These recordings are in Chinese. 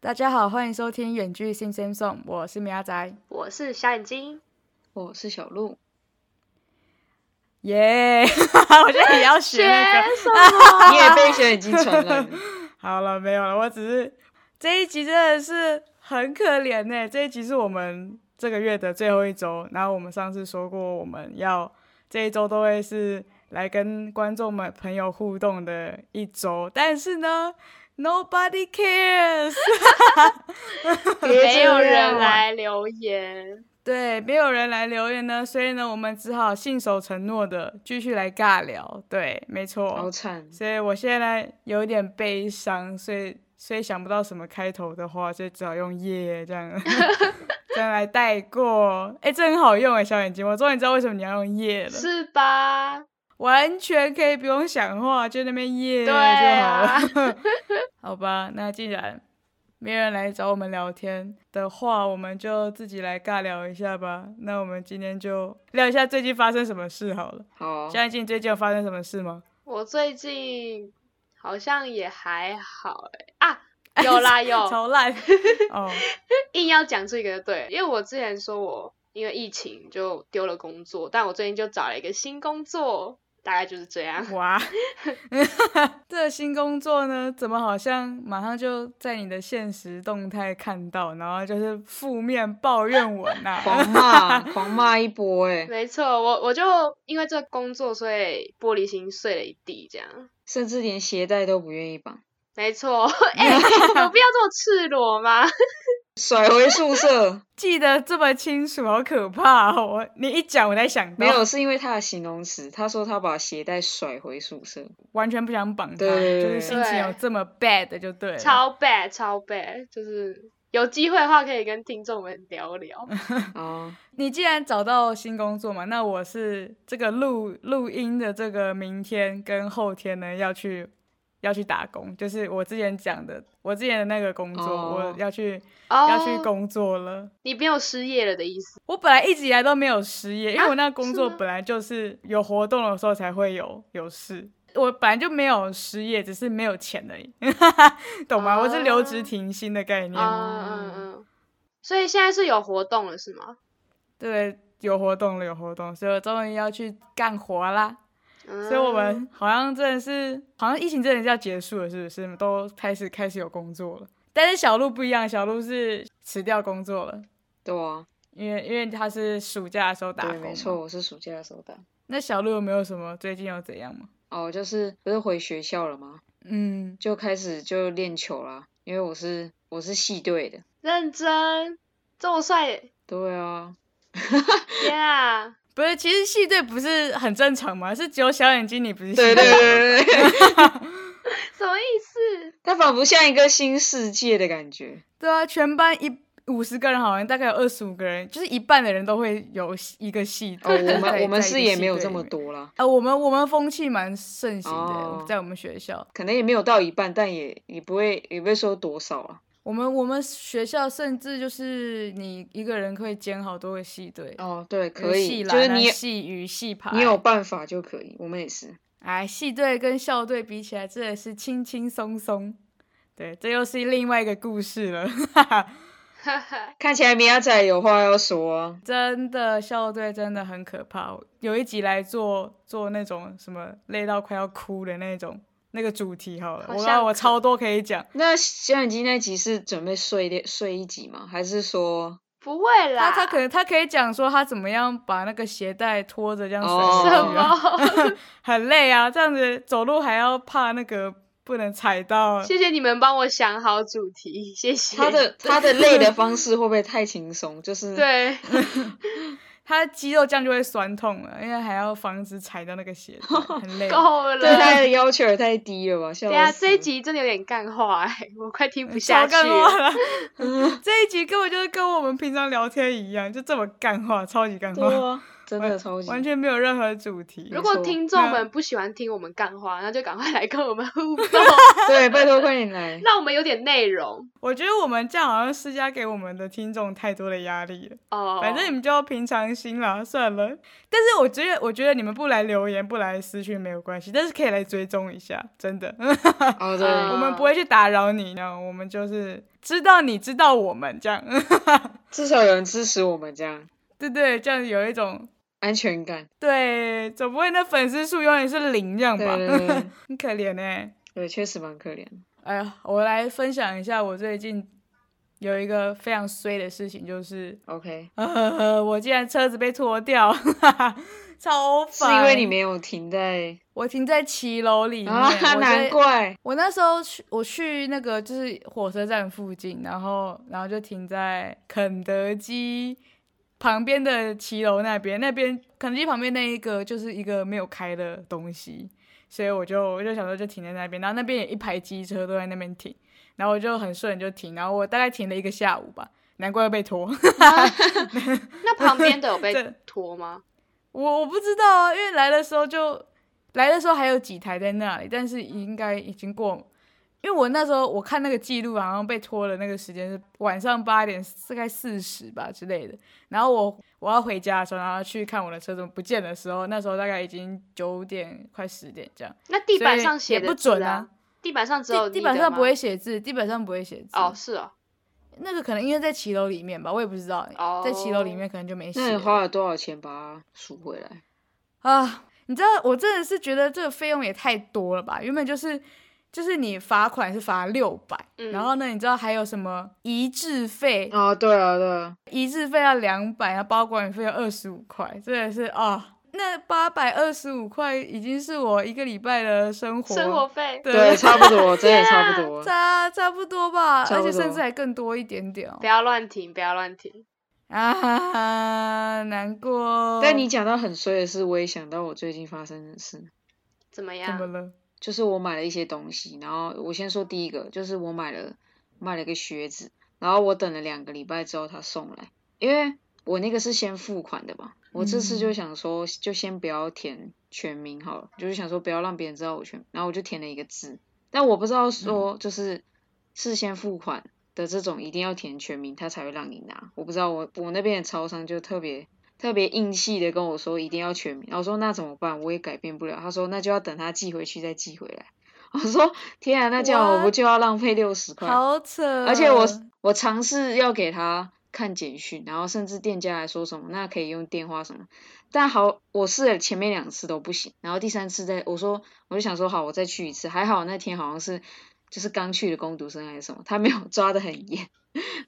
大家好，欢迎收听远距新生颂，我是米阿仔，我是小眼睛，我是小鹿。耶、 我觉得你要学那个。什么？你也被小眼睛传染了，好了，没有了，我只是这一集真的是很可怜呢、这一集是我们这个月的最后一周，然后我们上次说过，我们要这一周都会是来跟观众们朋友互动的一周，但是呢，nobody cares， 没有别这人样来留言，对，没有人来留言呢，所以呢，我们只好信守承诺的继续来尬聊，对，没错，好惨。所以我现在有点悲伤，所以所以想不到什么开头的话，所以只好用耶这 样这样来带过。哎、这很好用哎，小眼睛，我终于知道为什么你要用耶了， 是吧？完全可以不用想话，就那边耶就对好啊了。 好吧，那既然没人来找我们聊天的话，我们就自己来尬聊一下吧。那我们今天就聊一下最近发生什么事好了。好啊小，眼睛，你最近有发生什么事吗？我最近好像也还好哎、 啊，有啦有，超 烂哦。硬要讲这个就对了，因为我之前说我因为疫情就丢了工作，但我最近就找了一个新工作，大概就是这样。哇， 这个新工作呢，怎么好像马上就在你的现实动态看到，然后就是负面抱怨文 呐、狂骂，狂骂一波哎、没错，我我就因为这个工作，所以玻璃心碎了一地，这样。甚至连鞋带都不愿意绑，没错， 哎、有必要这么赤裸吗？甩回宿舍。 记得这么清楚，好可怕、哦！我你一讲我才想到，没有，是因为他的形容词，他说他把鞋带甩回宿舍。完全不想绑他，就对对对是心情有这么 bad 就对了。超 bad，超 bad，就是有机会的话可以跟听众们聊聊。嗯哦，你既然找到新工作嘛，那我是这个录录音的这个明天跟后天呢要去要去打工，就是我之前讲的，我之前的那个工作哦我要去哦、要去工作了。你没有失业了的意思？我本来一直以来都没有失业，因为啊我那工作是吗本来就是有活动的时候才会有有事，我本来就没有失业，只是没有钱而已， 懂吗？哦我是留职停薪的概念，嗯嗯嗯。所以现在是有活动了是吗？对，有活动了，有活动，所以我终于要去干活啦。嗯、所以我们好像真的是，好像疫情真的是要结束了，是不是？都开始开始有工作了，但是小鹿不一样，小鹿是辞掉工作了，对啊，因为因为他是暑假的时候打对，工，啊没错，。我是暑假的时候打。那小鹿有没有什么最近有怎样吗？哦，就是不是回学校了吗？嗯，就开始就练球啦，因为我是我是系队的。认真这么帅，对啊，天啊！不是，其实戏队不是很正常吗？是只有小眼睛你不是戏对队对对对 对，什么意思？ 他仿佛像一个新世界的感觉。 对啊，全班一五十个人，好像大概有二十五个人，就是一半的人都会有一个戏哦，队。我 在们我们是也没有这么。在一个戏队里多面啦，啊，我们我们风气蛮盛行的、哦在我们学校，可能也没有到一半，但也也不会也不会说多少啊啦。我们我们学校甚至就是你一个人可以兼好多个戏队，哦，对，有可以，戏就是篮啊、你戏语、戏牌，你有办法就可以。我们也是，哎，戏队跟校队比起来，真的是轻轻松松。对，这又是另外一个故事了。 哈哈，看起来米亚仔有话要说啊。真的，校队真的很可怕。有一集来做做那种什么累到快要哭的那种那个主题好了，好我知像道我可超多可以讲。那小眼睛那集是准备睡一睡一集吗？还是 说不会啦，他他可能他可以讲说他怎么样把那个鞋带拖着这样甩哦过 什去啊，么？ 很累啊，这样子走路还要怕那个不能踩到。谢谢你们帮我想好主题，谢谢。他的他的累的方式会不会太轻松？ 就是对，他肌肉这样就会酸痛了，因为还要防止踩到那个鞋带，很累。够对他了。的要求也太低了吧？笑等一下死这一集真的有点干话哎、我快听不超下去干了。话了。这一集根本就是跟我们平常聊天一样，就这么干话，超级干对话。啊， 真的超级完全没有任何主题。如没果错听众那们不喜欢听我们干话，那就赶快来跟我们互 动，对，拜托快点 来。让我们有点内容我觉得我们这样好像施加给我们的听众太多的压力了。哦。反正你们就平常心啦，算了。但是我觉得，我觉得你们不来留言、不来私讯没有关系，但是可以来追踪一下，真的。哦，对，我嗯们不会去打扰你呢，我们就是知道你知道我们这样，至少有人支持我们，这样对对，这样有一种安全 感。对，总不会那粉丝数永远是零这样对吧？对对对 很可怜呢、欸对，确实蛮可怜。哎呀，我来分享一下我最近有一个非常衰的事情，就是 OK，呃，我竟然车子被拖掉， 超是烦。因为你没有停在我停在骑楼里面，啊我在，难怪我那时候去，我去那个就是火车站附近，然后然后就停在肯德基旁边的骑楼那边，那边肯德基旁边那一个就是一个没有开的东西，所以我就我就想说就停在那边，然后那边也一排机车都在那边停，然后我就很顺就停，然后我大概停了一个下午吧，难怪会被拖。那旁边的有 对被拖吗？我我不知道啊，因为来的时候就来的时候还有几台在那里，但是应该已经过，因为我那时候我看那个记录，好像被拖的那个时间是晚上八点，大概四十吧之类的。然后我我要回家的时候，然后去看我的车怎么不见的时候，那时候大概已经九点快十点这样。那地板所以上写也的不字准啊啊，地板上只有地地你板的上吗不会写字，地板上不会写字。哦，是哦，那个可能因为在骑楼里面吧，我也不知道，哦在骑楼里面可能就没写那你了。花了多少钱把它赎回来？啊，你知道我真的是觉得这个费用也太多了吧？原本就是就是你罚款是罚六百、嗯然后呢，你知道还有什么移置费？啊，对啊，对啊，移置费要两百，然后包管理费要二十五块，真的是啊。那八百二十五块已经是我一个礼拜的生活生活费对啊对，差不多，真的差不多。 差差不多吧，差而不且甚多至还更多一点点哦不。要乱停，不要乱停。啊，难过。但你讲到很衰的事，我也想到我最近发生的事，怎怎么么样？了？就是我买了一些东西，然后我先说第一个，就是我买了买了一个靴子，然后我等了两个礼拜之后他送来，因为我那个是先付款的嘛，我这次就嗯想说就先不要填全名好了，就是想说不要让别人知道我全名，然后我就填了一个字，但我不知道说就是事先付款的这种一定要填全名，他才会让你拿。我不知道我我那边的超商就特别特别硬气的跟我说一定要全名，然后我说那怎么办？我也改变不了。他说那就要等他寄回去再寄回来。我说天啊，那这样我不 What？就要浪费六十块？好扯。而且我我尝试要给他看简讯，然后甚至店家还说什么那可以用电话什么，但好我试了前面两次都不行，然后第三次再我说我就想说好我再去一次，还好那天好像是就是刚去的工读生还是什么，他没有 抓得很严，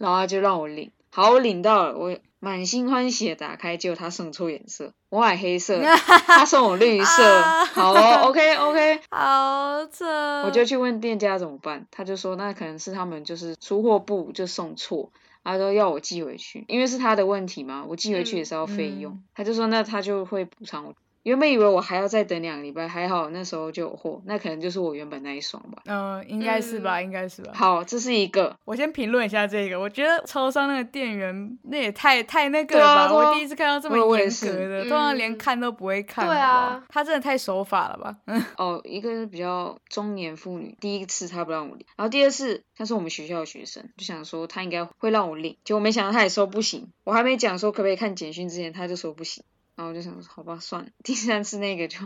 然后他就让我领，好我领到了，我满心欢喜的打开，结果他送错颜色，我买黑色的，他送我绿色，啊好哦，OK OK，好扯。我就去问店家怎么办，他就说那可能是他们就是出货部就送错，他说要我寄回去，因为是他的问题嘛，我寄回去也是要费用，嗯他就说那他就会补偿我。原本以为我还要再等两个礼拜，还好那时候就有货，那可能就是我原本那一双吧。嗯，应该是吧，应该是吧。好，这是一个，我先评论一下这个，我觉得超商那个店员那也太太那个对了啊吧，对啊我第一次看到这么我我也严是格的，嗯通常连看都不会看。对啊好不好，他真的太守法了吧？嗯 哦，一个是比较中年妇女，第一次她不让我领，然后第二次她是我们学校的学生，就想说她应该会让我领，结果没想到她也说不行，我还没讲说可不可以看简讯之前，她就说不行，然后我就想说好吧，算了，第三次那个就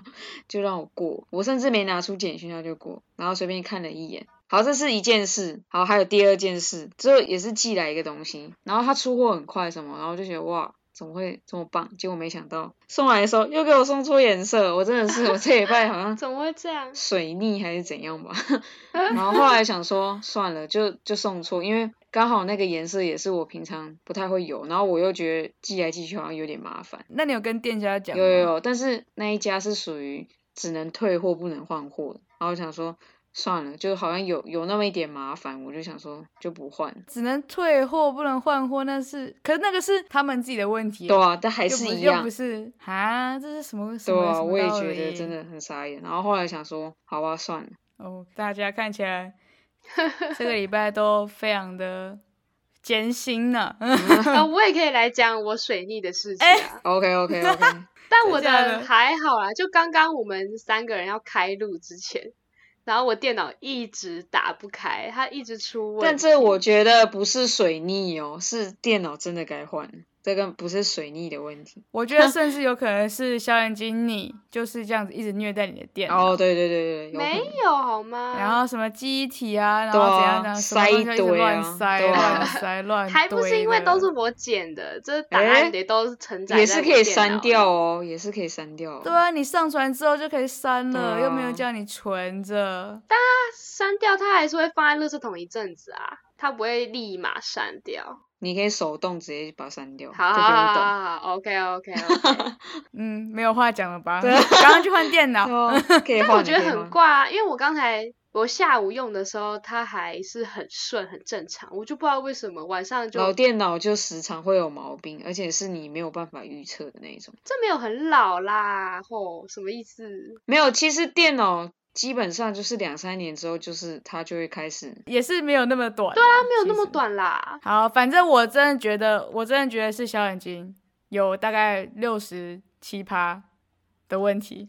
就让我过，我甚至没拿出简讯她就过，然后随便看了一眼。好，这是一件事。好，还有第二件事，之后也是寄来一个东西，然后他出货很快什么，然后我就觉得哇，怎么会这么棒？结果没想到送来的时候又给我送错颜色，我真的是我这礼拜好像怎么会这 样？水逆还是怎样 吧。嗯然后后来想说算了，就就送错，因为刚好那个颜色也是我平常不太会有，然后我又觉得寄来寄去好像有点麻烦。那你有跟店家讲吗？有有有，但是那一家是属于只能退货不能换货的，然后我想说算了，就好像有有那么一点麻烦，我就想说就不换了。只能退货不能换货，那是，可是那个是他们自己的问题。对啊，但还又不是一又样不。是啊，这是什么什对么？啊，什么我也道觉得理真的很傻眼。然后后来想说，好吧，算了。 哦，大家看起来这个礼拜都非常的艰辛呢。啊，我也可以来讲我水逆的事情哎啊， OK OK OK，但我真的假的的还好啦。就刚刚我们三个人要开录之前，然后我电脑一直打不开，它一直出问题。但这我觉得不是水逆哦，是电脑真的该换，这个不是水逆的问题。我觉得甚至有可能是消炎精你就是这样子一直虐待你的电脑，哦，对对对对，有可没能有好吗？然后什么记忆体啊，然对后啊怎样怎样，什么东西就一直乱塞一塞堆啊乱塞乱堆的，还不是因为都是我剪的，这档哎案得都是承载在也我是可以电脑删里掉哦，也是可以删掉、哦。对啊，你上传之后就可以删了，对啊又没有叫你存着。删掉它还是会放在垃圾桶一阵子啊，它不会立马删掉。你可以手动直接把它删掉，好这好就好不好懂。好好，OK OK OK。嗯，没有话讲了吧？对啊刚刚去换电脑，对啊，可以但换。我觉得可以很换怪啊，因为我刚才我下午用的时候，它还是很顺很正常，我就不知道为什么晚上就老电脑就时常会有毛病，而且是你没有办法预测的那一种。这没有很老啦，吼，什么意思？没有，其实电脑基本上就是两三年之后，就是它就会开始。也是没有那么短。对啊，它没有那么其实。短啦，好，反正我真的觉得，我真的觉得是小眼睛有大概六十七趴的问 题，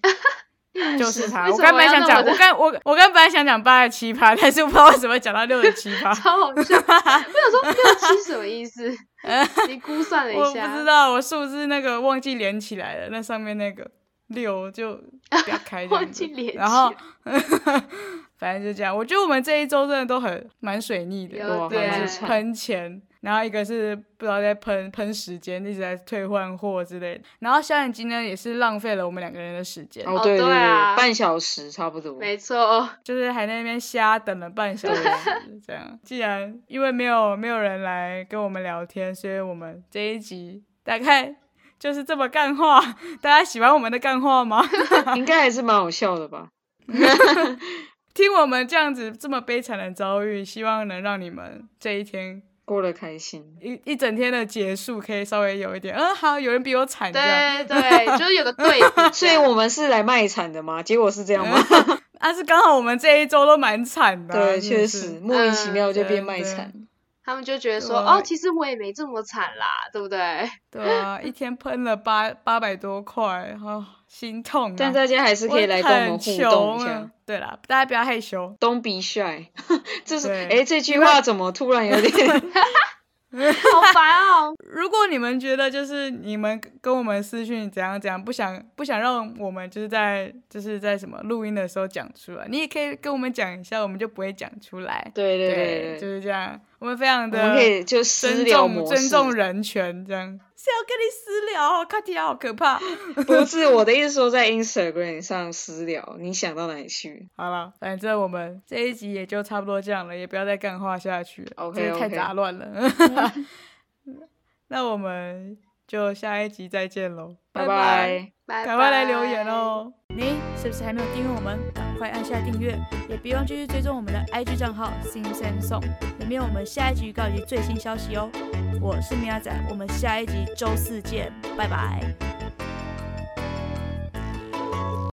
就是他。为我什刚么本来要想那讲，么的，我刚我我刚本来想讲八十七趴，但是我不知道为什么讲到六十七趴 超好 笑。我想说六七什么意思？你估算了我一不知下，道，我数字那个忘记连起来了，那上面那个六 就不要开这样忘子记连然后 起来，反正就这样。我觉得我们这一周真的都很蛮水逆的，有对一啊个是喷钱，然后一个是不知道在喷喷时间，一直在退换货之类的。然后小眼睛呢也是浪费了我们两个人的时间，哦，哦对对对，啊半小时差不多。没错。哦就是还在那边瞎等了半小时对这样。既然因为没有没有人来跟我们聊天，所以我们这一集大概。就是这么干话，大家喜欢我们的干话吗？ 应该还是蛮好笑的吧？听我们这样子这么悲惨的遭遇，希望能让你们这一天过得开心。一一整天的结束可以稍微有一点，嗯，好，有人比我惨这样，对对，就是有个 对比。所以啊我们是来卖惨的吗？结果是这样吗？但是刚好我们这一周都蛮惨的啊、对，是确不实是。莫名其妙就变嗯卖对惨。他们就觉得说，对哦，其实我也没这么惨啦，对不 对？对啊，一天喷了八八百多块，哦，心痛、啊。但大家还是可以来跟我们互动一我很穷下啊。。对啦，大家不要害羞。 Don't be shy，这 是对哎这句话怎么突然有 点好烦哦。如果你们觉得就是你们跟我们私讯怎样怎样，不想不想让我们就是在就是在什么录音的时候讲出来，你也可以跟我们讲一下，我们就不会讲出来。对对对对对，就是这样。我们非常我的们可以就私尊聊重模式尊。重人权，这样是要跟你私聊，看起来好可怕。不是我的意思，说在 Instagram 上私聊，你想到哪里去？好了，反正我们这一集也就差不多这样了，也不要再干话下去了 OK，真的太 OK 杂乱 了。那我们就下一集再见喽，拜拜。拜。拜赶快来留言。哦！你是不是还没有订阅我们？赶快按下订阅，也别忘继续追踪我们的 IG 账号 Sing Sam Song，里面有我们下一集预告以及最新消息哦。我是米亚仔，我们下一集周四见，拜拜。